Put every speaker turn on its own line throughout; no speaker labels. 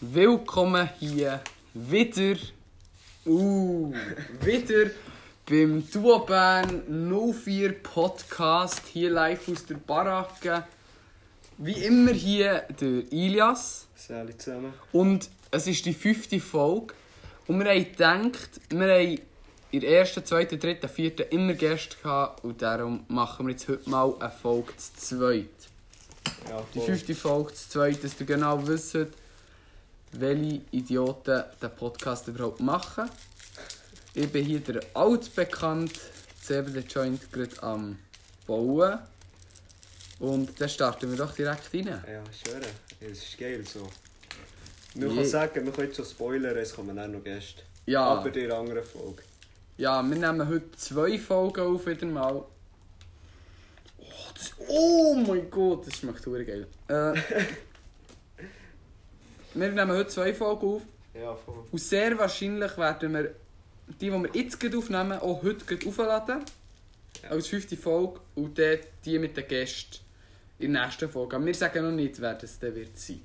Willkommen hier wieder. Uh, wieder beim Duo Bern 04 Podcast hier live aus der Baracke. Wie immer hier der Ilias
Salut zusammen.
und es ist die fünfte Folge und wir haben gedacht, wir haben in der ersten, zweiten, dritten, vierten immer Gäste gehabt und darum machen wir jetzt heute mal eine Folge zu zweit.
Ja,
Die
voll.
fünfte Folge, das zweite, dass ihr genau wisst, welche Idioten den Podcast überhaupt machen. Ich bin hier der altbekannt, selber den Joint gerade am Bauen. Und dann starten wir doch direkt rein.
Ja, ich höre. Es ist geil so. Man
Je-
kann sagen, wir können jetzt schon spoilern, es kommen auch noch Gäste.
Ja.
Aber in einer anderen Folge.
Ja, wir nehmen heute zwei Folgen auf, wieder mal. Oh, das, oh mein Gott, das schmeckt super geil. Äh, wir nehmen heute zwei Folgen auf.
Ja, voll.
Und sehr wahrscheinlich werden wir die, die wir jetzt gerade aufnehmen, auch heute gerade aufladen.
Ja.
Als fünfte Folge und dann die mit den Gästen in der nächsten Folge. Aber wir sagen noch nicht, wer das dann wird sein.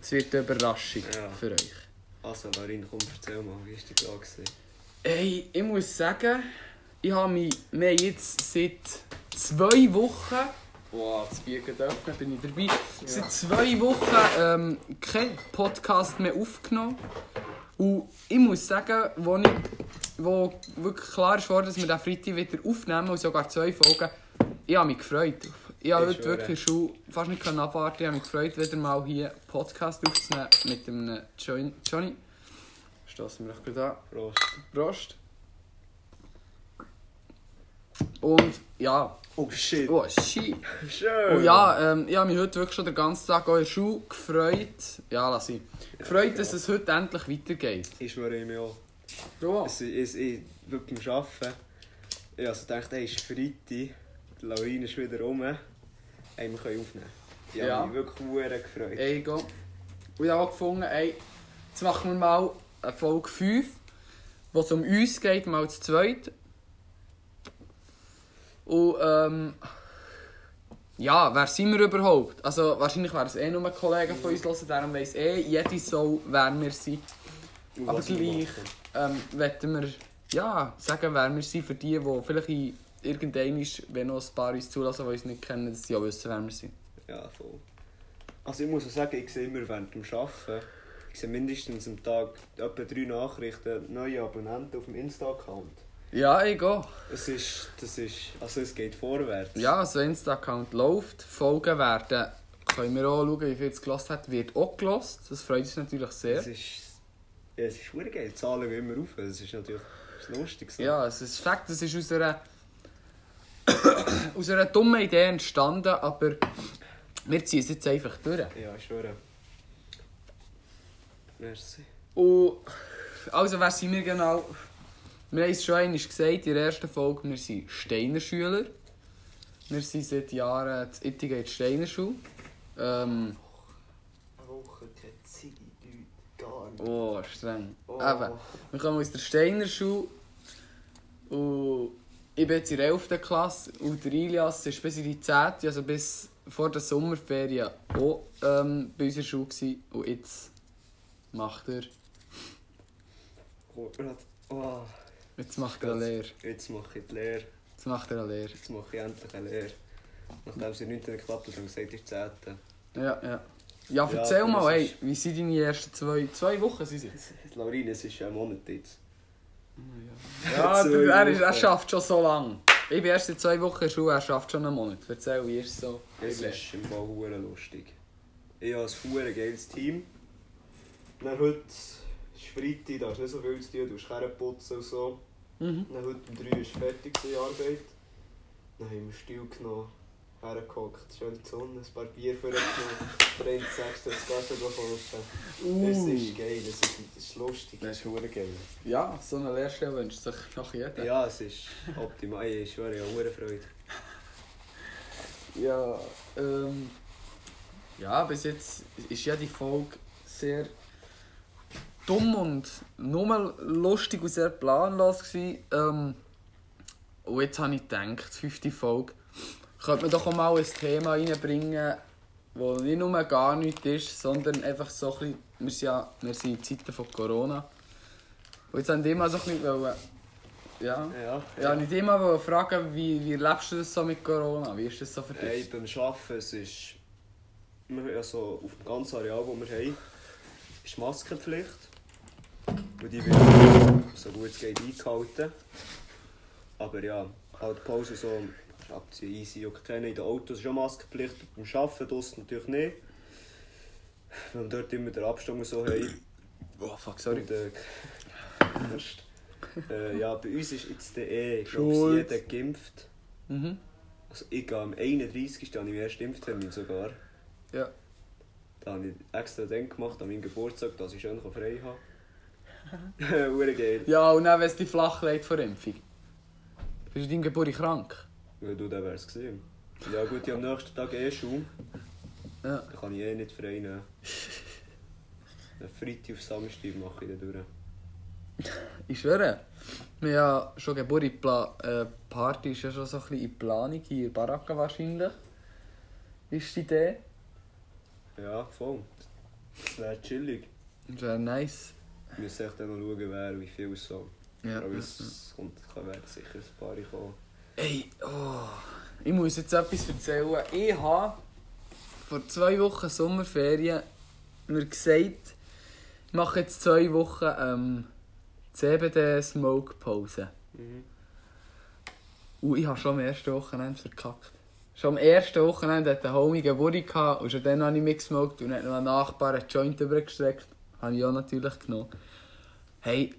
Es wird eine Überraschung
Ja.
für euch.
Also, Larin, komm, erzähl mal, wie war der Tag? gewesen?
Hey, ich muss sagen, ich habe mich, wir haben jetzt seit zwei Wochen, wow, das Bier geht öffnen, bin ich dabei, seit zwei Wochen ähm, keinen Podcast mehr aufgenommen. Und ich muss sagen, wo, ich, wo wirklich klar ist, worden, dass wir den Freitag wieder aufnehmen und sogar zwei Folgen, ich habe mich gefreut. Ich habe
Ich
heute
schwöre.
wirklich schon fast nicht können abwarten Ich habe mich gefreut, wieder mal hier einen Podcast aufzunehmen mit dem Johnny. Johnny. Stossen wir doch gut an.
Prost.
Prost. Und ja,
Oh shit.
oh shit.
Schön.
Und ja, ähm, ich habe mich heute wirklich schon den ganzen Tag auch in der Schule gefreut. Ja, lass ich. Gefreut, dass es heute endlich weitergeht.
Ich schwöre ihm auch.
Ja.
Es ist, ich wirklich beim Arbeiten. Ich also dachte, hey, es ist Freitag. Die Larin ist wieder rum. Hey, wir können aufnehmen. Ich
Ja. Eh,
habe mich wirklich sehr gefreut.
Ey, go. Und ich habe auch gefunden, ey, jetzt machen wir mal eine Folge 5, wo es um uns geht, mal zu zweit. Und ähm, ja, wer sind wir überhaupt? Also wahrscheinlich wären es eh nur Kollegen von uns hören, darum weiss eh jede soll, wer wir sind.
Und
aber
was wir
gleich.
machen.
Ähm, wollen wir ja, sagen, wer wir sind für die, die vielleicht in irgendeinem, wenn noch ein paar uns zulassen, die uns nicht kennen, dass sie auch wissen, wer wir sind.
Ja, voll. Also ich muss auch sagen, ich sehe immer während dem Arbeiten, ich sehe mindestens am Tag etwa drei Nachrichten, neue Abonnenten auf dem Insta-Account.
Ja, ich gehe.
Es ist, das ist, also es geht vorwärts.
Ja, also wenn der Account läuft, Folgen werden, können wir auch schauen, wie viel es gelost hat, wird auch gelost. Das freut uns natürlich sehr.
Es ist, ja, es ist verdammt geil, die Zahlen gehen immer auf, es ist natürlich es ist lustig. So.
Ja, es ist Fakt, es ist aus einer, aus einer dummen Idee entstanden, aber wir ziehen es jetzt einfach durch.
Ja, ich schwöre. Merci.
Und also, wer sind wir genau? Wir haben es schon einmal gesagt in der ersten Folge, wir sind Steiner Schüler. Wir sind seit Jahren in Ittigen in der Steiner Schule. Ähm,
Woche keine Zeit, Leute, gar nicht.
oh, streng.
Oh.
Eben. Wir kommen aus der Steiner Schule. Und ich bin jetzt in der 11. Klasse und der Ilias ist bis in die 10. also bis vor der Sommerferien auch ähm, bei unserer Schule gewesen. Und jetzt macht er,
Oh, oh,
jetzt macht er eine Lehre.
jetzt mache ich die Lehre.
Jetzt macht er eine Lehre.
Jetzt mache ich endlich eine Lehre. Nachdem sie 19 geklappt hat, haben gesagt, ich 10.
Ja, ja. Ja,
Ja,
erzähl
aber
mal,
das
hey,
ist-
wie sind deine ersten zwei, zwei Wochen? Sind sie jetzt?
Laurin, es ist ein Monat jetzt.
Ja,
Zwei
du, er, ist, er
Wochen.
schafft schon so lange. Ich bin erst seit zwei Wochen in der Schule, er schafft schon einen Monat. Erzähl, wie ist es so?
Es ist im Fall hure lustig. Ich habe ein hure geiles Team. Dann heute ist Freitag, da ist nicht so viel zu tun, du musst Kehren putzen und so.
Mhm.
Dann heute um 3 ist fertig die Arbeit. Dann haben wir Stil genommen, hergehockt, schön in die Sonne, ein paar Bier vorgenommen, brennt sechs, das Kaffee geholfen. Es ist geil, es ist, es ist lustig.
Das ist hure geil. Ja, so eine Lehrstelle wünscht sich noch jeder.
Ja, es ist optimal, ich schwöre, ich habe hure Freude.
Ja, ähm, ja, bis jetzt ist ja die Folge sehr dumm und nur lustig und sehr planlos gewesen. Ähm, und jetzt habe ich gedacht, die fünfte Folge, könnte man doch auch mal ein Thema reinbringen, wo nicht nur gar nichts ist, sondern einfach so ein bisschen, wir sind ja wir sind in Zeiten von Corona. Und jetzt haben die immer so ein bisschen, wollen- ja,
Ja.
ja, nicht immer wollen fragen, wie, wie lebst du das so mit Corona? Wie ist das so für
Hey,
dich?
beim Arbeiten, es ist... Wir haben ja so auf dem ganzen Areal, wo wir haben, ist Maskenpflicht. Und die wird so gut es geht eingehalten. Aber ja, halt Pause so, abziehen, easy, juckt keinen. In den Autos ist auch Maskenpflicht, beim Arbeiten draussen natürlich nicht. Weil wir dort immer den Abstand und so haben.
Oh fuck, sorry.
Und, äh, Mist. äh, ja, bei uns ist jetzt der eh, ich glaube,
Schuld.
jeder geimpft.
Mhm.
Also ich gehe am 31. habe ich meinen ersten Impftermin sogar.
Ja.
Da habe ich extra den gemacht an meinem Geburtstag, dass ich schön frei habe. Hure geil.
Ja, und dann, wenn es dich flach legt vor Impfung. Bist du deinem Geburt krank?
Weil du da wärst gesehen. Ja gut, ich habe am nächsten Tag eh Schaum.
Ja.
Da kann ich eh nicht frei nehmen. Dann Freitag auf Samstag mache ich dann durch.
Ich schwöre. Wir haben ja schon Geburt in Pla äh, Party ist ja schon so ein bisschen in Planung, hier in der Baracke wahrscheinlich. Ist die Idee.
Ja, voll. Das wäre chillig.
Das wäre nice.
Wir müssen echt dann noch schauen, wer wie viel so.
Ja.
Aber es kommt, kann werden sicher ein paar kommen.
Ey, oh. Ich muss jetzt etwas erzählen. Ich habe vor zwei Wochen Sommerferien mir gesagt, ich mache jetzt zwei Wochen ähm, CBD-Smoke-Pause.
Mhm.
Und ich habe schon am ersten Wochenende verkackt. Schon am ersten Wochenende hatte ein Homie Geburtstag gehabt und schon dann habe ich mitgesmoked und dann hat noch ein Nachbar einen Joint übergestreckt. Habe ich auch natürlich genommen. Hey,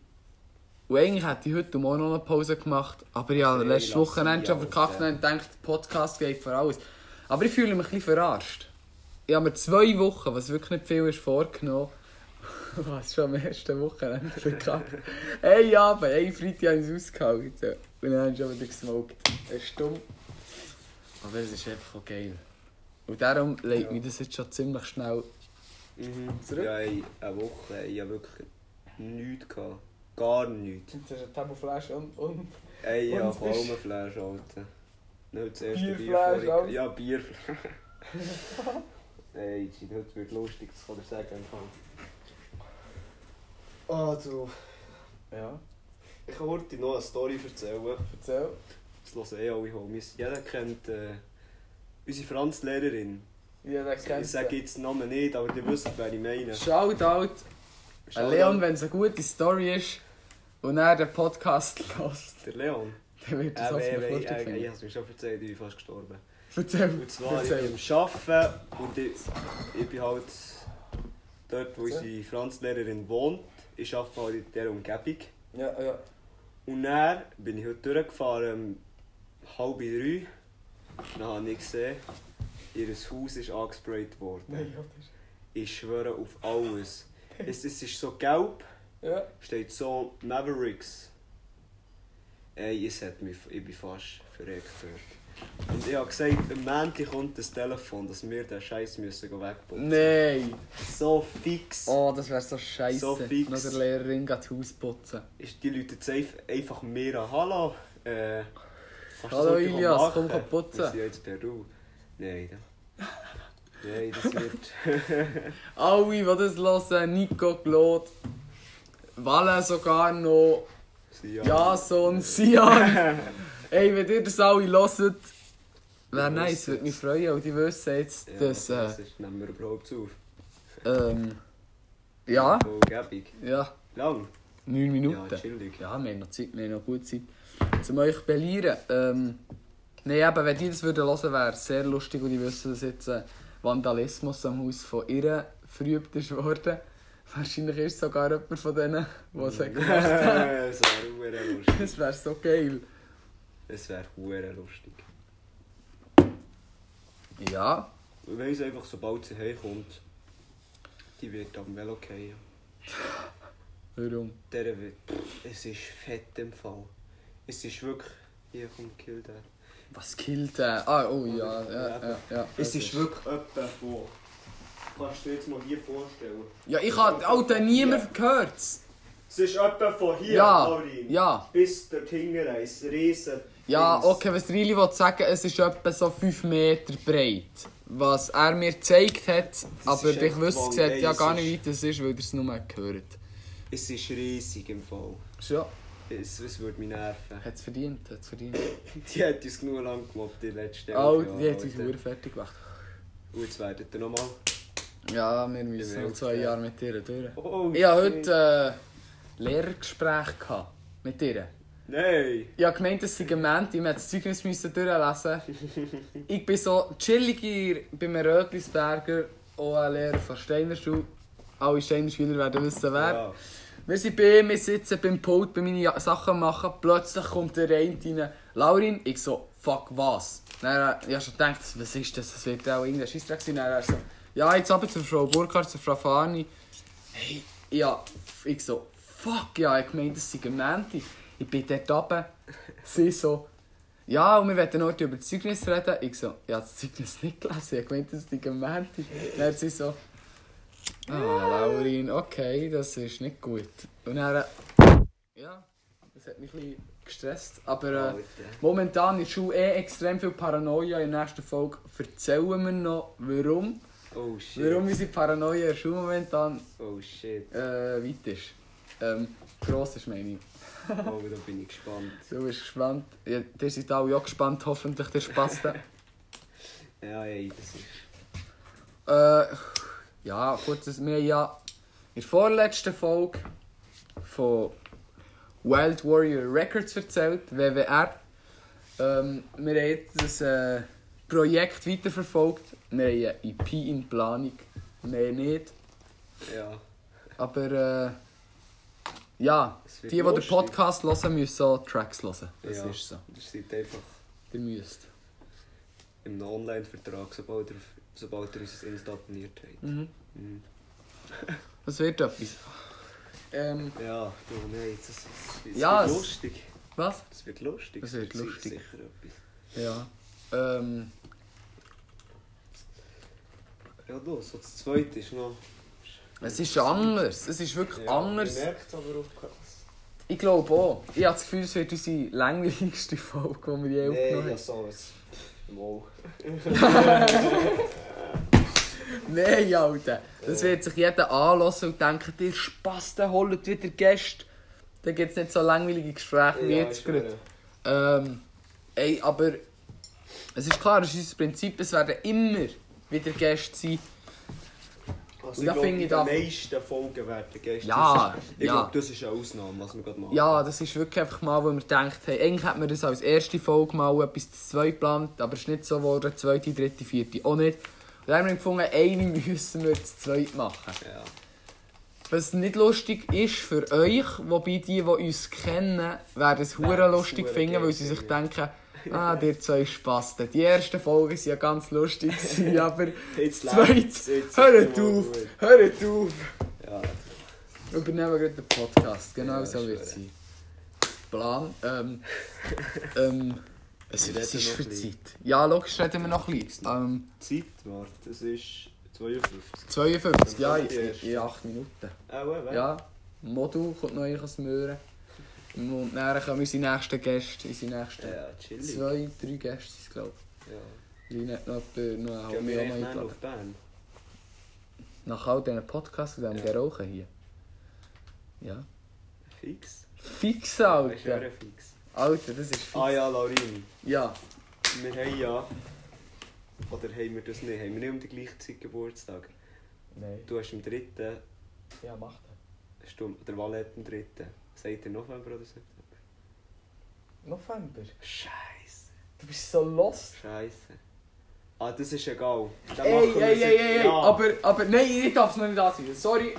und eigentlich hätte ich heute Morgen noch eine Pause gemacht, aber ich habe
Hey,
letztes
lass
Wochenende
sie
schon
aus,
verkackt
ja.
und denkt, Podcast geht für alles. Aber ich fühle mich ein bisschen verarscht. Ich habe mir zwei Wochen, was wirklich nicht viel ist, vorgenommen. Was schon am ersten Wochenende verkackt. Hey, aber, hey, Freitag haben sie ausgehalten. Und dann haben sie schon wieder gesmoked. Eine Stunde. Aber es ist einfach auch geil. Und darum legt
Ja.
mich das jetzt schon ziemlich schnell.
Mhm.
Zurück?
Ja, ey, eine Woche, ey, ich habe wirklich nichts gehabt. Gar nichts.
Das ist um, ein Tabuflash und. und.
Ey, ich
Und
habe
es
vor allem
ist-
einen Flash, Alter. Nicht das erste
Bierflash,
Bier vorhin-
alles.
Ja, Bierflash. ey, Gin, heute wird lustig, das kann ich sagen. im Fall.
Also,
Ja,
ich kann heute noch eine Story erzählen.
erzähl.
Das hören eh alle Homies. Jeder kennt äh, unsere Franzlehrerin.
Ja, er das
Ich sage jetzt den Namen nicht, aber ihr wisst, wer ich meine.
Shoutout an Leon, wenn es eine gute Story ist und er den Podcast lässt,
Der Leon.
dann wird das
Äh,
hoffentlich
äh,
lustig
äh, ich
finden.
habe es mir schon erzählt, ich bin fast gestorben.
Erzähl,
Und zwar ich
erzähl.
bin am Arbeiten und ich, ich bin halt dort, wo unsere Franzlehrerin wohnt. Ich arbeite halt in dieser Umgebung.
Ja, ja.
Und dann bin ich heute durchgefahren, um halb drei. Dann habe ich gesehen, ihr Haus ist angesprayt worden. Ich schwöre auf alles. Es, es ist so gelb,
Ja.
steht so Mavericks. Ey, es hat mich, ich bin fast verreckt dort. Und ich habe gesagt, am Montag kommt das Telefon, dass wir den Scheiß müssen gehen wegputzen
Nein!
So fix.
Oh, das wäre so scheiße.
So fix.
Noch der Lehrerin geht das Haus putzen.
Ist die Leute safe einfach mehr an Hallo. Äh, kannst du
Hallo,
heute
Ilias,
machen?
komm, komm putzen.
Wir sind jetzt Peru. Nein, da- Nein, das wird.
Alle, die das hören, Nico Glot, Walle sogar noch, Jason, Sian. Ey, wenn ihr das alle hört, wäre
Ja,
nice, würde mich freuen. Und die wissen jetzt,
Ja,
dass. Äh,
das ist, nehmen wir überhaupt auf.
ähm, ja,
Voll gäbig.
ja,
Lang.
9
Ja,
Minuten.
chillig.
Ja, wir haben noch Zeit, wir haben noch gute Zeit. Zum euch belehren. Ähm, Nein, eben, wenn die das würden hören, wäre es sehr lustig und die wissen, dass jetzt äh, Vandalismus am Haus von ihr verübt ist worden. Wahrscheinlich ist sogar jemand von denen, der es hat
Das
gemacht hat.
wäre hure lustig.
Das wäre so geil.
Das wäre hure lustig.
Ja,
Ich weiss einfach, sobald sie heimkommt, die wird am Velo fallen.
warum?
Der wird. Pff, Es ist fett im Fall. Es ist wirklich. Hier kommt Kill der.
Was killt der? Ah, oh ja, ja, ja. ja
Also Es ist
wirklich.
wirklich öppe vor. Kannst du dir jetzt mal hier vorstellen?
Ja, ich habe Alter, niemand gehört.
Es ist öppe von hier,
Ja,
Laurin.
ja.
Bis der Tingereis, riesen.
Ja,
Dings.
okay, was Rili will sagen, es ist etwa so 5 Meter breit. was er mir gezeigt hat, aber
ist
ich
echt
wüsste
Wang,
gesagt
ey,
ja
es
gar
ist-
nicht, wie das ist, weil ihr es nur gehört.
Es ist riesig im Fall.
Schon,
Es, es würde mich nerven.
hat es verdient, hat es verdient.
Die hat uns genug lang gemobbt, die letzten
Oh,
elf Jahre,
die hat sich
Alter.
verdammt fertig gemacht.
Und jetzt werdet ihr nochmal...
Ja, wir
Ich
müssen
bin
noch
auch
zwei
gespannt.
Jahre mit ihr durch.
Oh,
Ich hatte
shit.
heute äh, Lehrergespräch gehabt mit ihr.
Nein!
Ich habe gemeint, dass sie gemeint ich hätte das Zeugnis müssen durchlesen Ich bin so chillig hier bei einem Rötlisberger, auch ein Lehrer von Steiner Schule. Alle Steiner Schüler werden wissen, wer.
Ja.
Wir sind bei ihm, wir sitzen beim Pult, bei meinen Ja- Sachen machen. Plötzlich kommt der eine rein. Laurin, ich so, fuck was? Dann, äh, ich hab schon gedacht, was ist das? Das wird auch irgendein Scheissdreck sein. Dann er so, ja, jetzt runter zu Frau Burkhardt, zu Frau Fani. Hey, ja, ich so, fuck ja, ich meine, das sind Gemeinde. Ich bin dort runter. Sie so, ja, und wir wollten heute über das Zeugnis reden. Ich so, ja, das Zeugnis nicht gelesen. Ich meinte, das ist die Gemeinde. Dann sie so, Ah, Laurin, okay, das ist nicht gut. Und dann, äh, ja, das hat mich ein bisschen gestresst. Aber äh,
Alter.
momentan ist schon eh extrem viel Paranoia. In der nächsten Folge erzählen wir noch, warum.
Oh shit.
Warum unsere Paranoia schon momentan
Oh shit.
äh, weit ist. Ähm, gross ist meine ich.
Oh, da bin ich gespannt.
Du bist gespannt. Ja, ihr seid alle auch gespannt, hoffentlich, der passt. äh,
Ja, ey, das ist...
Äh, ja, kurz, wir haben ja in der vorletzten Folge von Wild Warrior Records erzählt, WWR. Ähm, wir haben jetzt das äh, Projekt weiterverfolgt. Wir haben eine EP in Planung. Mehr nicht.
Ja.
Aber äh, ja,
Es
die,
wird
die den
lustig.
Podcast hören, müssen auch Tracks hören. Das
Ja.
ist so.
Das seid einfach
Ihr müsst.
im Online-Vertrag, sobald ihr, sobald ihr unser Insta abonniert habt.
Mhm.
Mhm.
Das wird etwas. Ähm,
Ja, du, nein, das, ist- das wird
Ja, es-
lustig.
was?
Das wird lustig.
Das wird
si-
lustig.
sicher etwas.
Ja. Ähm,
Ja, du, so das zweite ist noch...
es ist anders. Es ist wirklich
nou. Ja,
anders.
Ich merke es aber auch krass.
Ich glaube auch. Ich habe das Gefühl, es wird unsere langweiligste Folge, die wir je
Nein,
aufgenommen
ja
haben.
so. es- Wow.
Nein, Alter. Das
Ja.
wird sich jeder anlassen und denken, ihr Spass, dann holt wieder Gäste. Dann gibt es nicht so langweilige Gespräche wie jetzt gerade. Ähm, ey, aber es ist klar, es ist unser Prinzip, es werden immer wieder Gäste sein.
Also,
Ja,
ich glaube,
finde ich
in den
da-
meisten Folgen werden gestern...
Ja,
das ist, Ich
ja.
glaube, das ist eine Ausnahme, was wir gerade machen.
Ja, das ist wirklich einfach mal, wo wir gedacht haben, eigentlich hätten wir das als erste Folge mal etwas zu zweit geplant, aber es ist nicht so geworden, zweite, dritte, vierte, auch nicht. Und dann haben wir gefunden, eine müssen wir zu zweit machen.
Ja.
Was nicht lustig ist für euch, wobei die, die uns kennen, werden es hure lustig
hure
finden, weil
geil
sie sich
finden.
denken, ah, dir zwei Spaß. Die ersten Folgen waren ja ganz lustig, gewesen, aber
Jetzt
Zweit.
läuft's, jetzt
hört
ist mal
auf,
gut.
hört auf.
Ja,
Wir übernehmen gerade den Podcast, genau
Ja,
so wird es
schwöre.
sein. Plan, ähm, ähm, es,
Wir
was
reden
ist
noch
für
ein
Zeit?
bisschen.
Ja, logisch reden wir noch ein bisschen. Ähm,
Zeit, warte, es ist 52.
52, ja,
Dann
in,
kommt die erste.
in 8 Minuten.
Ah, ouais,
Ja, Modu kommt noch ein bisschen Möhren. Und dann kommen unsere nächsten Gäste, unsere nächsten
Ja, chillig.
zwei, drei Gäste, sind es, glaube
Ja.
ich. Leine hat noch jemand, noch einen
Gehen wir
Homie
echt
auch
näher
noch
auf Bern?
Nach all diesen Podcasts und diesem
Ja.
Gerauchen hier. Ja.
Fix?
Fix,
Weisst du,
Alter.
wer fix.
Alter, das ist fix.
Ah ja, Laurin.
ja.
Wir haben ja... Oder haben wir das nicht? Haben wir nicht um die gleiche Zeit Geburtstag?
Nein.
Du hast am 3.
Ja, mach
Hast du, der Wall hat am 3. Sagt ihr November oder September?
das. November?
Scheiße.
Du bist so lost.
Scheiße. Ah, das ist egal. Dann
Ey,
machen wir
ey,
sie-
ey, ey, ey.
Ja.
Aber, aber nein, ich darf es noch nicht anziehen. Sorry.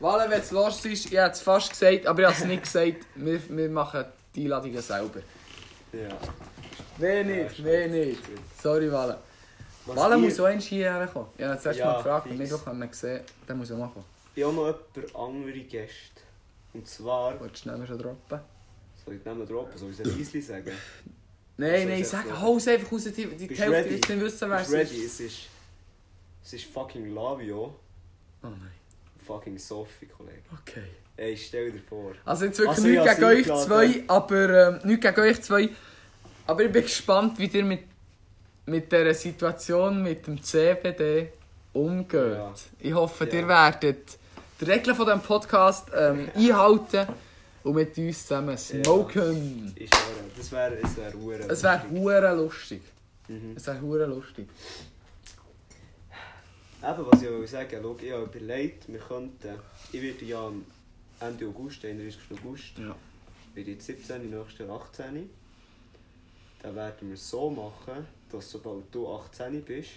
Wale, wenn es los ist, ich hätte es fast gesagt, aber ich habe es nicht gesagt. Wir, wir machen die Einladungen selber.
Ja.
Nein,
Ja,
nicht,
ist
nein,
gut,
nicht.
ist gut.
Sorry, Wale.
Was
Wale
ihr-
muss auch eins hierher kommen. Ich habe das erste
Ja,
Mal gefragt, und
fix.
nicht auch gesehen gesehen Dann muss er machen.
Ich habe noch jemand andere Gäste. Und zwar...
Wolltest du schnell schon droppen?
Soll ich den droppen? Soll ich es Eisli sagen?
Nein,
soll
nein,
ich
sag,
sagen?
hau es einfach raus. Die, die
Bist
Hälfte
ready?
wird nicht wissen, wer es
Bist du ready?
ist.
Es ist... Es ist fucking Lavio.
Oh nein,
Fucking Sophie, Kollege.
okay.
Ey, stell dir vor.
Also jetzt wirklich
Also,
nichts
ja,
gegen euch
Sieglade.
zwei, aber ähm, nichts gegen euch zwei. Aber ich bin gespannt, wie ihr mit mit dieser Situation mit dem CBD umgeht.
Ja.
Ich hoffe,
Ja.
ihr werdet die Regeln von diesem Podcast ähm, einhalten und mit uns zusammen smoken.
Ist wahr, das wäre es wäre hure
Es wäre
lustig.
hure lustig.
Mhm.
Es wäre hure lustig.
Eben, was ich will sagen, schau, ich habe überlegt, wir könnten. Ich werde ja am Ende August, 31. August,
Ja.
werde ich 17, nächstes Jahr 18. Dann werden wir es so machen, dass sobald du 18 bist,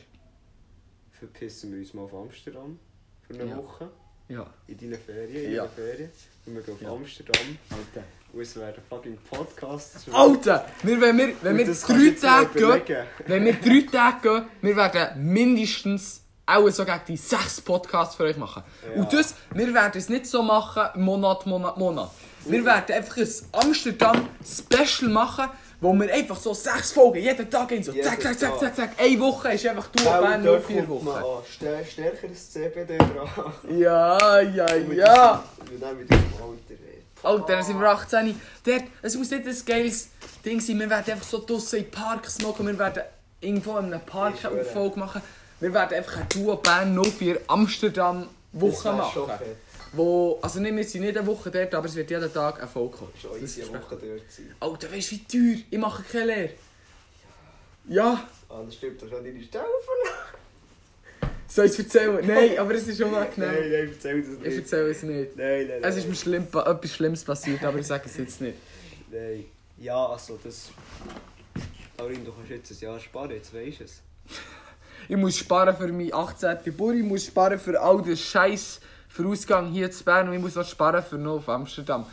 verpissen wir uns mal auf Amsterdam für eine
Ja.
Woche.
Ja,
In deinen Ferien, in
Ja.
deinen Ferien. Und wir gehen auf
Ja.
Amsterdam
Alter.
und es wäre ein fucking Podcast. Das wäre-
Alter! Wir, wenn wir, wenn
Und
wir
das kannst du
drei
jetzt mal
Tage gehen,
überlegen.
wenn wir drei Tage gehen, wir werden mindestens auch so gegen die sechs Podcasts für euch machen.
Ja.
Und das, wir werden es nicht so machen, Monat, Monat, Monat.
Mhm.
Wir werden einfach ein Amsterdam-Special machen, wo wir einfach so sechs Folgen, jeden Tag in so
Jeden
zack, zack, zack,
Tag.
zack, zack. Eine Woche ist einfach du,
Auch
wenn nur
dort
vier
kommt man
Wochen.
an stär- Stärkeres CBD dran.
Ja, ja, ja.
Und dann mit dem Alter. ey.
Oh, dann sind wir 18. Dort, es muss nicht ein geiles Ding sein. Wir werden einfach so draussen in Parks smoken. Wir werden irgendwo in einem Park
Ich
eine
schwöre.
Folge machen. Wir werden einfach eine Duo Bern 04 Amsterdam
Das
Woche
wär schon
machen.
fett.
Wo, also nicht, wir sind nicht eine Woche dort, aber es wird jeden Tag eine Folge kommen.
Schon
Das
unsere
ist
Woche dort sein.
Oh, du weißt wie teuer. Ich mache keine Lehre. Ja,
Ah, das stimmt, das hat deine Stelle verloren.
soll ich es erzählen? Nein, aber es ist
Nein,
unangenehm.
nein, erzähl das nicht.
Ich erzähle es nicht.
Nein, nein,
Es ist
nein.
mir schlimm, etwas Schlimmes passiert, aber ich sage es jetzt nicht.
Nein. Ja, also das. Laurin, du kannst jetzt ein Jahr sparen, jetzt weisst du es.
Ich muss sparen für meine 18. Geburt, ich muss sparen für all den Scheiß für Ausgang hier zu Bern und ich muss auch sparen für noch auf Amsterdam.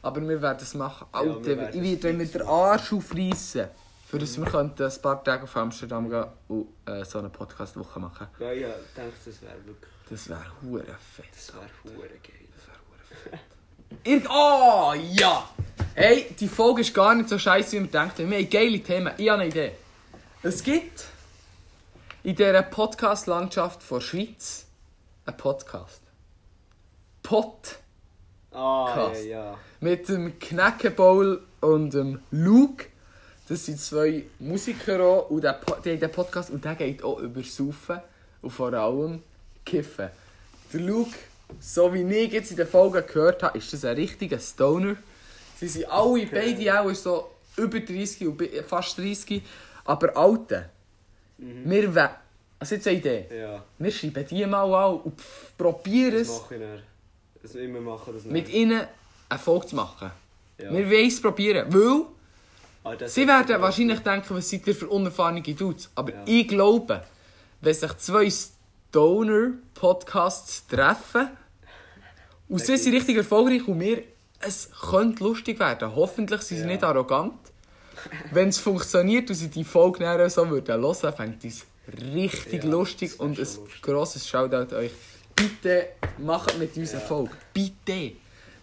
Aber wir werden es machen.
Ja,
Alter,
wir werden
ich
es Mhm.
werde mir den Arsch aufreißen, für das wir könnten ein paar Tage auf Amsterdam gehen und äh, so eine Podcast-Woche machen.
Ja, ja, ich denke, das wäre wirklich.
Das wäre hure fett.
Das wäre hure geil.
Das wäre hure fett. Irgend- oh ja! Hey, die Folge ist gar nicht so scheiße, wie wir gedacht haben. Wir haben geile Themen. Ich habe eine Idee. Es gibt in dieser Podcast-Landschaft von Schweiz einen Podcast. Pod
Ah,
Krass.
ja, ja.
mit dem Knäckebowl und dem Luke. Das sind zwei Musiker auch, und der po die haben den Podcast und der geht auch über Saufen und vor allem Kiffen. Der Luke, so wie ich jetzt in den Folgen gehört habe, ist das ein richtiger Stoner. Sie sind alle, beide auch so über 30 und bi- fast 30, aber alte.
Mhm.
Wir wä- also jetzt eine Idee.
Ja,
Wir schreiben die mal an und pf- probieren
das
es,
mache ich dann. Also, wir machen das
mit
nicht.
ihnen eine Folge zu machen.
Ja.
Wir wollen es probieren, weil
Ah, das
sie
ist-
werden wahrscheinlich denken, was seid ihr für unerfahrene Dudes. Aber
Ja.
ich glaube, wenn sich zwei Stoner-Podcasts treffen und sie sind richtig erfolgreich und wir, es könnte lustig werden. Hoffentlich sind sie
Ja.
nicht arrogant. Wenn es funktioniert und sie die Folge näher so würden hören, fände ich es richtig
Ja,
lustig
das wär
und ein
schon lustig.
grosses Shoutout euch. Bitte macht mit uns eine
Ja.
Folge. Bitte!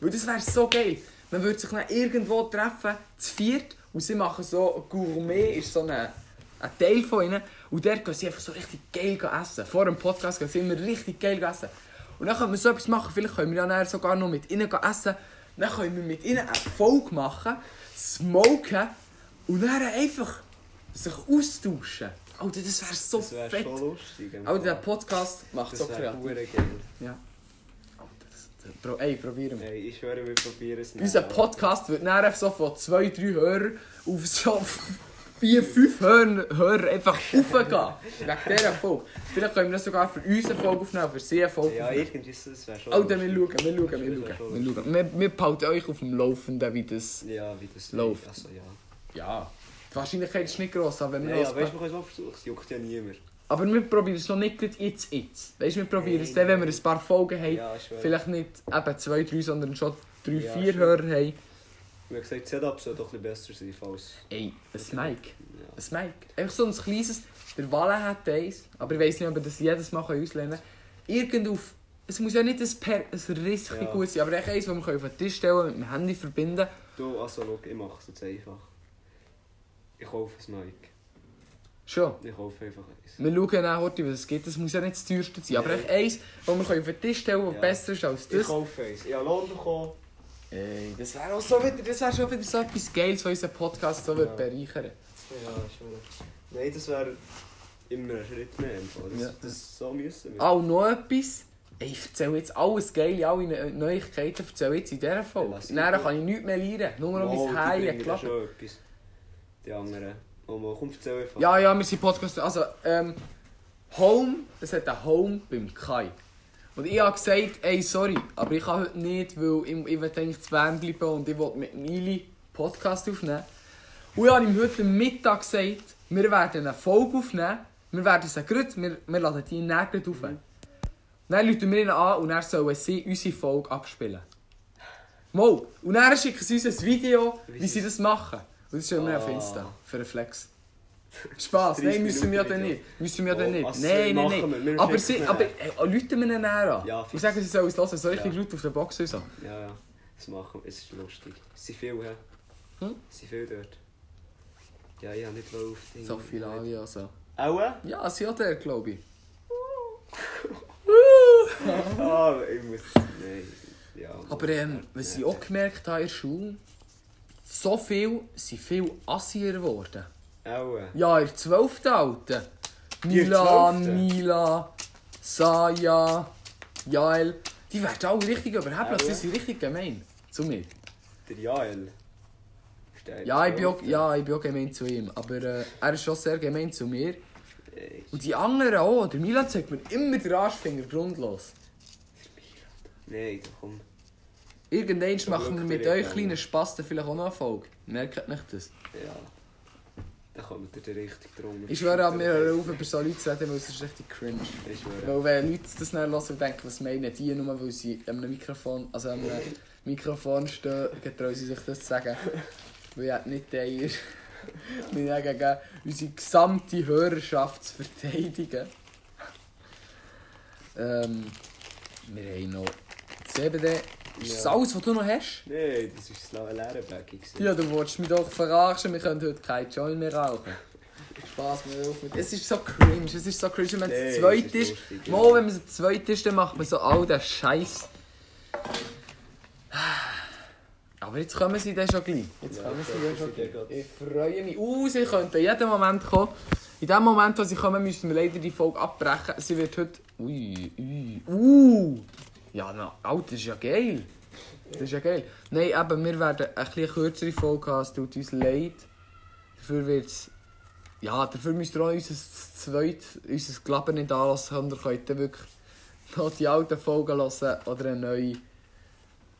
Weil das wäre so geil. Man würde sich dann irgendwo treffen, zu viert, und sie machen so, Gourmet eh, ist so ein, ein Teil von ihnen, und dort gehen sie einfach so richtig geil essen. Vor dem Podcast gehen sie immer richtig geil essen. Und dann können wir so etwas machen, vielleicht können wir ja nachher sogar noch mit ihnen gehen essen, dann können wir mit ihnen eine Folge machen, smoken, und dann einfach sich austauschen. Alter, das wäre so
Das wäre
fett.
schon lustig. im
Alter, der
Fall.
Oh, Podcast macht so
Das wäre
kreativ.
hure geil.
Ja. Alter, das, das, eh, pro, ey, probieren wir.
Nein, ich schwöre, wir probieren es
Unser Podcast wird nachher so von zwei, drei Hörern auf so vier, fünf Hörern, Hörer einfach raufgehen. Wegen dieser Folge. Vielleicht können wir das sogar für unsere Folge aufnehmen, für sie eine Folge
Ja,
aufnehmen.
irgendwie ist das wäre schon.
Alter, wir schauen,
lustig.
wir schauen, wir
Das wäre
schauen.
schon
Wir, schauen. wir, wir behalten euch auf dem Laufenden, wie das...
Ja, wie das
Läuft.
Also, ja.
Ja. Die Wahrscheinlichkeit ist nicht gross, aber wenn wir
Nein,
noch
ja,
ein
weißt du, wir können es mal versuchen. Es juckt ja niemand.
Aber wir probieren es noch nicht gleich jetzt, jetzt. Weißt du, wir probieren es
Nein,
dann, wenn wir
nein.
ein dus paar Folgen haben.
Ja, ich schwöre.
Vielleicht nicht eben zwei, drei, sondern schon drei,
Ja,
vier
stimmt.
Hörer haben.
Wir haben gesagt, das Setup soll doch ein bisschen besser sein, falls.
Ey, ein Mic.
Ja.
Ein Mic. Einfach so ein kleines. Der Walle hat eins, aber ich weiß nicht, ob wir das jedes Mal auslehnen können. Irgend auf. Es muss ja nicht ein, per, ein richtig
Ja.
gut sein, aber echt eins, das wir auf den Tisch stellen können, mit dem Handy verbinden.
Du, also schau, ich mache es jetzt einfach. Ich kaufe ein Mic.
Schon.
Ich kaufe einfach eins.
Wir schauen auch heute, was es gibt. Es muss ja nicht das teuerste sein, aber
Nein.
echt eins, das wir auf den Tisch stellen können, das
Ja.
besser ist als
Ich
das.
kaufe eins. Ich habe Lohn bekommen.
Ey, das wäre auch so wieder, das wäre schon wieder so etwas Geiles, was unseren Podcast so wird bereichern
Ja, schön. Nein, das wäre...
Immer einen Schritt mehr. im Fall. Das,
Ja.
das so müssen wir.
Ah, und noch etwas. Ich erzähle jetzt alles geil, alle Ne- Neuigkeiten erzähle ich jetzt in dieser Folge.
Lass ich
Dann
gut.
kann ich nichts mehr lernen, nur noch
Wow,
mein
die
Heilen
bringen da
klappen.
schon etwas. Die anderen. Oh, mal, komm, erzähl einfach.
Ja, ja, wir sind Podcast. Also, ähm, Home, es hat ein Home beim Kai. Und ich habe gesagt, ey, sorry, aber ich kann heute nicht, weil ich, ich will eigentlich zu Bern bleiben und ich will mit Mili Podcast aufnehmen. Und ich habe ihm heute Mittag gesagt, wir werden eine Folge aufnehmen, wir werden sie gerade, wir, wir laden die Nägel auf. Dann rufen wir ihn an und er soll sie unsere Folge abspielen. Mo, und dann schicken sie uns ein Video, wie sie das machen. Und das stellen wir auf
Ah.
Insta, für einen Flex. Spaß,
30
nein, müssen wir ja dann
Minuten
nicht. Müssen wir ja dann
Oh,
nicht.
also
nein, nein,
machen wir.
nein.
Wir
aber
schicken
sie,
es
aber
nachher.
äh, Leute mir dann an.
Ja,
und
fix.
sagen, sie sollen es hören. So richtig
Ja.
Leute auf der Box und so.
Ja, ja. Das machen wir. Es ist lustig. Es sind viele, hä?
Hm?
Es sind viele dort. Ja, ich habe nicht mal auf den.
So viel Ali, also.
Aua?
Ja, sie hat er, glaube ich.
Ah, ich muss. Nein. Ja,
Aber ähm, was ich auch gemerkt habe in der Schule, so viel sind viel Assier geworden.
Aua.
Ja, in der 12. Alten.
Die in der
Mila,
12.?
Mila, Saya, Jael. Die werden alle richtig überheblich. Sie
Alle?
sind richtig gemein zu mir.
Der Jael. Steht
Ja, ich bin
drauf.
auch, ja, ich bin auch gemein zu ihm. Aber äh, er ist schon sehr gemein zu mir.
Ey,
Und die anderen auch. Der Milan zeigt mir immer den Arschfinger grundlos.
Nein, da komm.
Irgendwann machen wir
wirklich
mit euch
direkt an.
kleinen Spasten vielleicht auch noch eine Folge. Merkt nicht das.
Ja. Da kommt ihr richtig drum.
Ich schwöre an mir hören auf, über so Leute zu reden, weil es ist richtig cringe.
Ich schwöre.
Weil wenn Leute das dann hören und denken, was meinen die nur, weil sie an einem Mikrofon, also an einem Mikrofon stehen, getrauen sie sich das zu sagen. Weil ich hätte nicht die Eier, meine gegen unsere gesamte Hörerschaft zu verteidigen. Ähm, wir haben noch CBD. Ist das
Ja.
alles, was du noch hast?
Nein, das ist das leere Bäckchen.
Ja, du wolltest mich doch verarschen, wir können heute keinen Joint mehr rauchen. Spaß, wir auf mit. Es ist so cringe, es ist so cringe, wenn es zu zweit ist. Mal, wenn man so zu zweit ist, dann macht man so all den Scheiß. Aber jetzt kommen sie dann schon gleich. Jetzt
Ja,
kommen sie
ich
dann
hoffe,
schon
sie
gleich.
dann
Ich freue mich. Uh, sie könnten jeden Moment kommen. In dem Moment, wo sie kommen, müssen wir leider die Folge abbrechen. Sie wird heute... Ui, ui, uh. Ja, na, Alter, das ist ja geil. Das ist ja geil. Nein, eben, wir werden eine etwas kürzere Folge haben. Es tut uns leid. Dafür wird's... Ja, dafür müsst ihr auch unser zweit, unser Glauben nicht anlassen, sondern könnt ihr wirklich noch die alten Folgen hören oder eine neue, die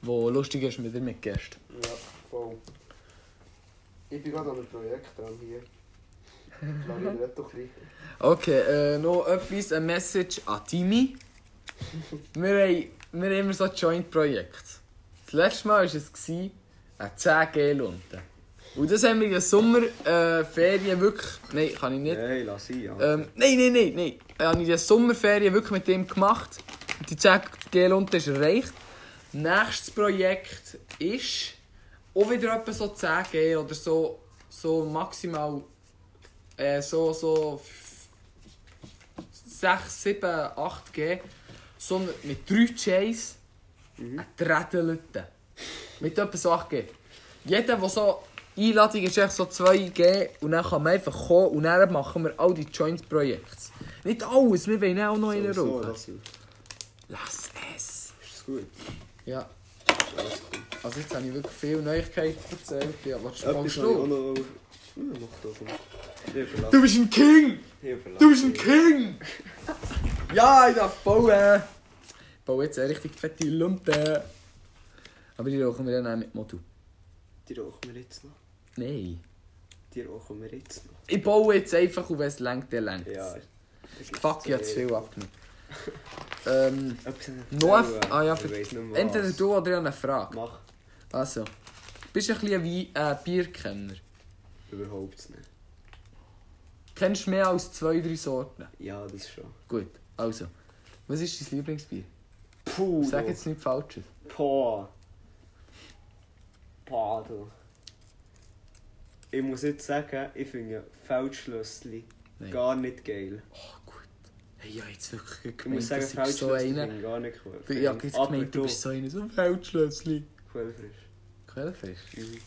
lustig ist wieder mit Gästen.
Ja, voll. Ich bin gerade an einem Projekt dran hier. Lass mich nicht doch ein
Okay, äh, noch etwas, eine Message an Timmy. wir, haben, wir haben immer so Joint-Projekte. Das letzte Mal war es gewesen, eine 10 Gel unten. Und das haben wir in den Sommerferien äh, Ferien wirklich... Nein, kann ich nicht.
Nein, lass ihn. Ja.
Ähm, nein, nein, nein, nein. Ich habe die Sommerferien wirklich mit ihm gemacht. Die 10 GL unten ist erreicht. Nächstes Projekt ist auch wieder etwa so 10 GL oder so, so maximal äh, so, so 6, 7, 8 G. Sondern mit 3 Chase mhm. Trädelten. Mit etwa so 8 G. Jeder, der so Einladung ist, echt so 2G und dann kann man einfach kommen und dann machen wir all die Joint-Projekte. Nicht alles, wir wollen auch noch einen
Sowieso,
rauchen.
lass ihn.
Lass es!
Ist das gut?
Ja,
Alles gut.
also jetzt habe ich wirklich viele Neuigkeiten erzählt. Ja, was machst
Etwas habe ich auch
du?
noch... Hm, mach doch. Ich überlasse-
Du bist ein King!
ich überlasse
Du bist ein
ihn.
King! ja, ich darf bauen! Ich baue jetzt eine richtig fette Lumpe. Aber die rauchen wir dann auch mit Motu.
Die rauchen wir jetzt noch.
Nein.
Die rauchen wir jetzt noch.
Ich baue jetzt einfach und wenn es längt, dann längt
Ja.
Fuck, ich habe zu viel abgenommen. ähm, Noch
Noch
ein- ah ja, für- entweder du oder ich habe eine Frage.
Mach.
Also, bist du ein bisschen wie ein Wein- äh, Bierkenner?
Überhaupt nicht.
Kennst du mehr als zwei, drei Sorten?
Ja, das schon.
Gut, also, was ist dein Lieblingsbier?
Puh,
Sag jetzt nichts Falsches.
Boah. Boah, du. Ich muss jetzt sagen, ich finde Feldschlössli
Nein.
gar nicht geil.
Oh, gut. Hey, ja, jetzt wirklich
Ich muss
gemeint,
sagen,
dass ich so
Feldschlössli
einer...
finde ich gar nicht cool.
Ja, jetzt
Aber
gemeint, du
doch,
bist so einer, so ein Feldschlössli.
Quellfrisch.
Quellfisch.
Mhm.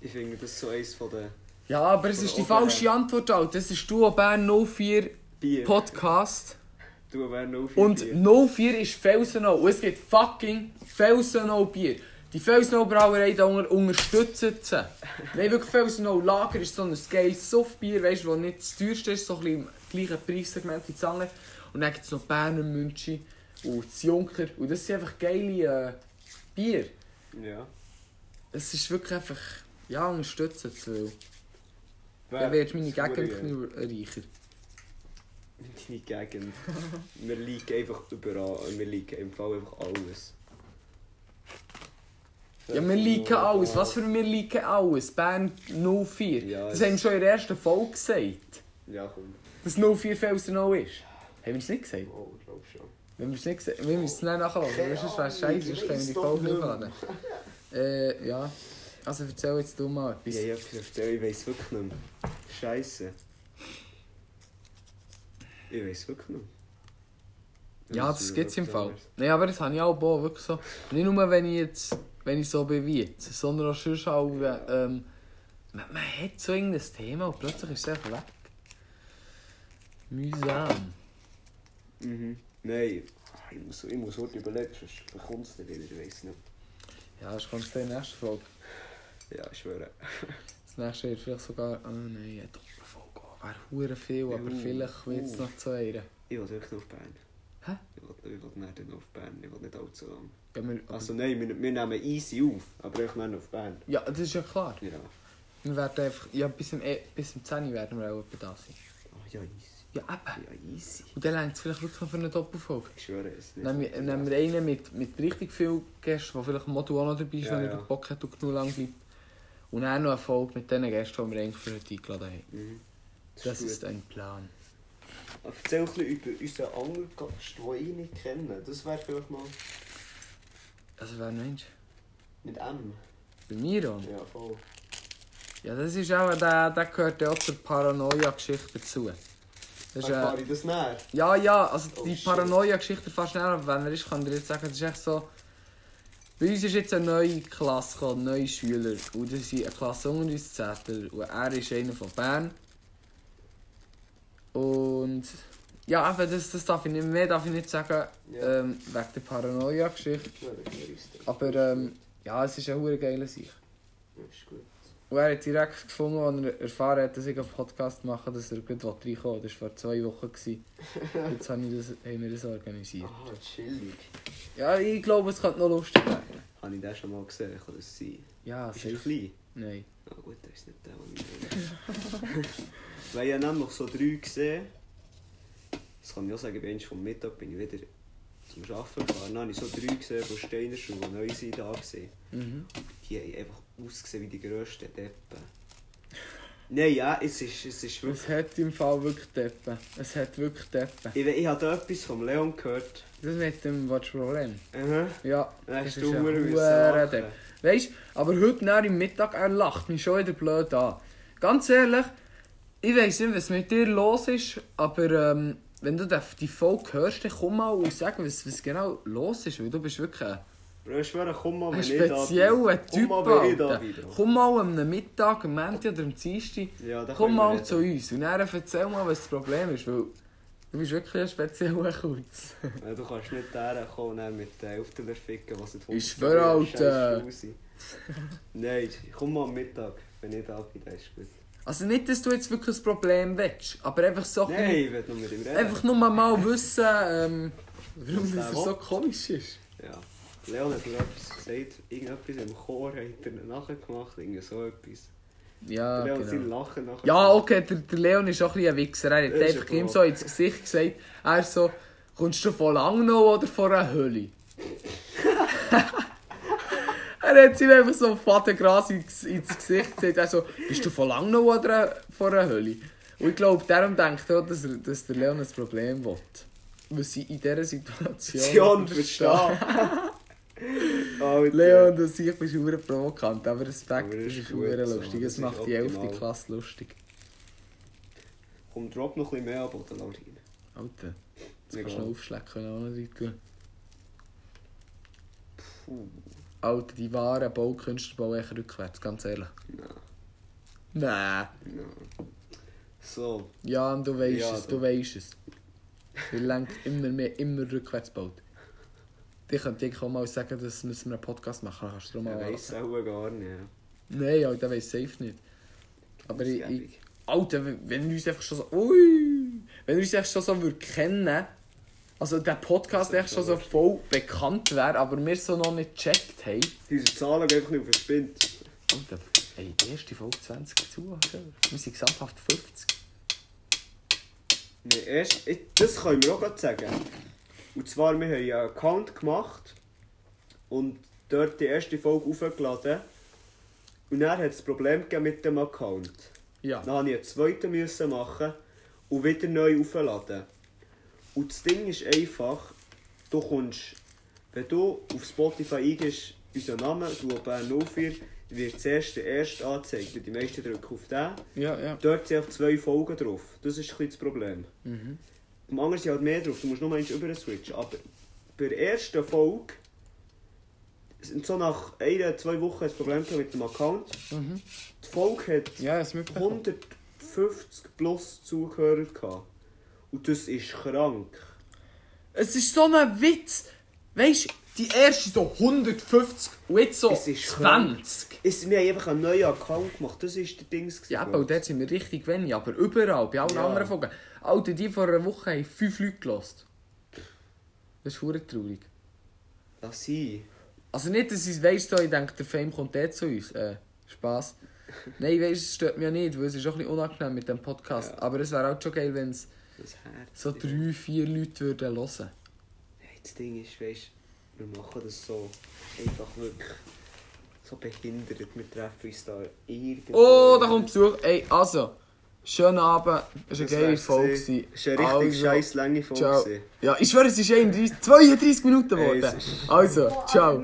Ich finde das so eins von den
Ja, aber es ist die falsche Antwort, Alter. Das ist du Bern 04
Bier.
Podcast.
Du wär nur viel
Und
Bier.
04 ist Felsenau. Und es gibt fucking Felsenau Bier. Die Felsenau Brauerei da unter unterstützen sie. Nein, wirklich Felsenau Lager ist so ein geiles Softbier, weißt du, das nicht das teuerste ist, so ein bisschen im gleichen Preissegment wie Zange. Und dann gibt es noch Berner Münchi und das Junker. Und das sind einfach geile äh, Bier.
Ja.
Es ist wirklich einfach, ja, unterstützen zu viel.
Wer-
Dann wird meine
Das ist
Gegend
verdammt
ein bisschen reicher.
Deine Gegend. Wir liegen einfach überall. Wir liegen im Fall einfach alles.
Ja, wir liken alles. Was für wir liken alles? Bern 04.
Ja,
das
es-
haben wir schon in der ersten Folge gesagt.
Ja, komm.
Dass 04 Felsenau ist. Haben wir es nicht gesagt?
Oh, ich glaube schon.
Wenn wir es nicht gesagt wenn wir es nicht nachhören,
Keine
weil sonst wäre es
Ahnung,
scheiße, sonst
ich
können wir die
weiss doch
Folge nicht
nicht mehr.
laden. Äh, ja. Also erzähl jetzt du mal etwas.
Ja, ja, vielleicht. Ich weiß wirklich nicht mehr. Scheiße. Ich weiß wirklich nicht mehr.
Ja,
Ich weiss
das
wirklich
gibt es im
nicht
Fall.
anders.
Nein, aber das habe ich auch boah, wirklich so. Nicht nur, wenn ich jetzt wenn ich so bin wie jetzt, sondern auch sonst auch, wenn, ähm, man, man hat so irgendein Thema und plötzlich ist es einfach weg. Mühsam.
Mhm. Nein. Ah, Ich muss, ich muss heute überlegen, sonst bekommt es nicht wieder. Ich weiß nicht.
Ja, das kommt in der nächsten Folge.
Ja, ich schwöre.
Das nächste wird vielleicht sogar. Oh nein, eine Doppelfolge. Oh, Wäre hure viel, aber
Uh,
vielleicht wird es
uh.
noch zu einer.
Ich will wirklich noch auf Bern.
Hä?
Ich will, ich will nicht noch auf Bern. Ich will nicht allzu lang.
Ja, wir,
Also nein, wir, wir nehmen easy auf, aber ich nehme auf Bern.
ja, das ist ja klar.
Ja.
Wir werden einfach. Ja, bis zum, E- bis zum 10 Uhr werden wir auch etwa da sein.
Ah, ja, easy.
Ja, ah. eben.
Ja, easy.
Und dann längt es vielleicht wirklich noch für eine Doppelfolge.
Ich schwöre es.
Nehmen wir, nehmen wir einen mit, mit richtig viel Gästen, der vielleicht Motto auch noch dabei ist,
Ja,
wenn
ja.
er Bock hat und genug lang bleibt. Und dann noch eine Folge mit den Gästen, die wir eigentlich für heute eingeladen haben.
Mhm.
Das
gut.
ist ein Plan.
Erzähl ein bisschen über unseren Angelgast.
Die ich nicht kenne, das wäre vielleicht mal
Also wer meinst
mit M.
du? Bei Miron?
Ja, voll.
Ja, das ist auch, der, der gehört ja auch zur Paranoia-Geschichte dazu. Das ist,
Erfahre
äh,
ich das näher?
ja, ja, also
Oh,
die
shit.
Paranoia-Geschichte fast näher, aber wenn er ist, kann ich dir jetzt sagen, das ist echt so... Bei uns ist jetzt eine neue Klasse gekommen, neue Schüler. Und das sind eine Klasse unter uns, Zettel. Und er ist einer von Bern. Und... Ja, dus, eben, das, das darf ich nicht, mehr darf ich nicht sagen,
Ja.
ähm, wegen der Paranoia-Geschichte.
Ja, das ist gut.
Aber, ähm, ja, es ist ein hure geiler Sieg.
Ja, ist gut.
Und er hat direkt gefunden, als er erfahren hat, dass ich einen Podcast mache, dass er gut reinkommen will. Das war vor zwei dus Wochen. gewesen. Jetzt habe ich das, haben wir das organisiert.
Ah, chillig.
Ja, ich glaube, es könnte noch lustig werden.
Habe ich den schon mal gesehen? Kann das sein?
Ja,
Ist er
sicher.
klein?
Nein.
Na gut, das ist nicht der, den ich meine. Weil ich habe nämlich so drei gesehen. Das kann ich auch sagen, bei eins vom Mittag bin ich wieder zum Arbeiten gefahren. Dann habe ich so drei gesehen von Steiner Schuhe, die neu sind, da waren.
Mhm.
Die haben einfach ausgesehen wie die grössten Deppen. Nein, ja, es ist, es ist wirklich...
Es hat im Fall wirklich Deppen. Es hat wirklich Deppen.
Ich, we- ich habe da etwas vom Leon gehört.
Das mit dem was ist das Problem.
Mhm.
Ja,
Dann
Das
hast
ist
du
ja
Huren müssen
hure
lachen.
Depp. Weißt du, aber heute nach im Mittag, er lacht mich schon wieder blöd an. Ganz ehrlich, ich weiss nicht, was mit dir los ist, aber ähm, wenn du den- die Folge hörst, dann komm mal und sag, was, was genau los ist, weil du bist wirklich ein,
Bro, ich schwöre, komm mal, wenn
ein
ich da bin.
spezieller Typ.
Komm mal, wenn ich da
Alter.
bin. Bro.
Komm mal am Mittag, am Montag oder am Dienstag,
Ja, da
komm
können wir
mal
reden.
zu uns und dann erzähl mal, was das Problem ist, weil du bist wirklich ein spezieller Kurz.
Ja, du kannst nicht daher kommen und dann mit den Aufteller ficken, was nicht
Ich schwöre, Alter.
Nein, komm mal am Mittag, wenn ich da bin, dann ist gut.
Also nicht, dass du jetzt wirklich ein Problem willst, aber einfach so ein
Nein, ich will nur mit ihm reden.
Einfach nur mal wissen, ähm, warum das
Was der
er so
will.
komisch ist.
Ja. Leon hat mir etwas gesagt, irgendetwas im Chor hat er nachgemacht, irgend so etwas.
Ja,
Leon hat sein
Ah, genau.
Lachen nachher.
Ja, okay, der, der Leon ist auch ein bisschen ein Wichser. Er hat
Das ist
einfach
ja
ihm
klar.
so ins Gesicht gesagt, er ist so, kommst du von Langnau oder von einer Hölle? er hat ihm einfach so Fadengras ins, ins Gesicht gesagt. Er so, bist du von Langnau oder von einer Hölle? Und ich glaube, darum denkt er auch, dass, er, dass der Leon ein Problem will. Weil sie in dieser Situation...
Sion verstehen. Alter.
Leon, du siehst, bist hure provokant, aber Respekt,
Aber
das
das
ist
ist gut
hure
so,
lustig.
das
Das
ist
macht die 11.
optimal.
Klasse lustig.
Komm, drop noch ein bisschen mehr ab, dann laut rein.
Alter, das
Egal.
kannst du noch aufschlagen können, auch noch rein tun.
Puh.
Alter, die wahren Baukünstler bauen echt rückwärts, ganz ehrlich.
Nein.
Nein.
So,
Ja, und du weißt
Ja,
es,
du-
du weißt es. Wir lenkt immer mehr, immer rückwärts baut. Ich könnte eigentlich auch mal sagen, das müssen wir einen Podcast machen, dann kannst du drum
ich
mal
weiss es auch gar nicht.
Nein, Alter, weiss safe nicht. Aber ich, ich,
Ausgebig.
Alter, wenn wenn wir uns einfach schon so. Ui! Wenn wir uns einfach schon so würd kennen Also der Podcast
Das
echt
ist
schon
schon
so voll bekannt wäre, aber wir so noch nicht gecheckt haben.
Diese Zahlen gehen einfach nicht auf den Spind.
Alter, ey, die erste Folge 20 Zuhörer. Wir sind gesamthaft 50.
Nee, erst, ich, das können wir auch gerade sagen. Und zwar, wir haben einen Account gemacht und dort die erste Folge hochgeladen. Und dann hat es ein Problem gegeben mit dem Account.
Ja.
Dann musste ich einen zweiten müssen machen und wieder neu aufladen. Und das Ding ist einfach, du kommst, wenn du auf Spotify eingibst, unseren Namen, du Bern 04, wird das erste erst angezeigt. Und die meisten drücken auf den.
Ja, ja.
Dort sind auch zwei Folgen drauf. Das ist ein bisschen das Problem.
Mhm.
Am anderen sind halt mehr drauf, du musst nur eins über switchen. Aber bei der ersten Folge, sind so nach einer, zwei Wochen das Problem gehabt mit dem Account. Die Folge hat
Mhm. Ja, es wird
150 plus Zuhörer gehabt. Und das ist krank.
Es ist so ein Witz. Weißt du, die erste so 150 und jetzt so
Es ist
20.
Es, wir haben einfach einen neuen Account gemacht, das war der Dings. gewesen,
Ja, aber
glaub
auch dort sind wir richtig wenig, aber überall, bei allen
Ja.
anderen Folgen. Alter, die vor einer Woche haben fünf Leute gelost. Das ist verdammt traurig.
ich. Lass sein.
Also nicht, dass ich weiss, so, ich denke, der Fame kommt dort zu uns. Äh, Spass. Nein, weißt es stört mich ja nicht, weil es ist auch ein bisschen unangenehm mit dem Podcast. Aber es wäre auch schon geil, wenn es
Das Herz.
so drei, vier Leute würden hören.
Hey, das Ding ist, weißt wir machen das so einfach wirklich so behindert. Wir treffen uns da irgendwo.
Oh, da kommt Besuch. Ey, also, schönen Abend. Es war
Das
eine geile
wär's
Folge.
gewesen.
gewesen.
Es war eine richtig
Also,
scheiß lange Folge.
Ciao.
gewesen.
Ja, ich schwöre, es ist 31, 32 Minuten
Ey, es
geworden.
ist-
Also, ciao.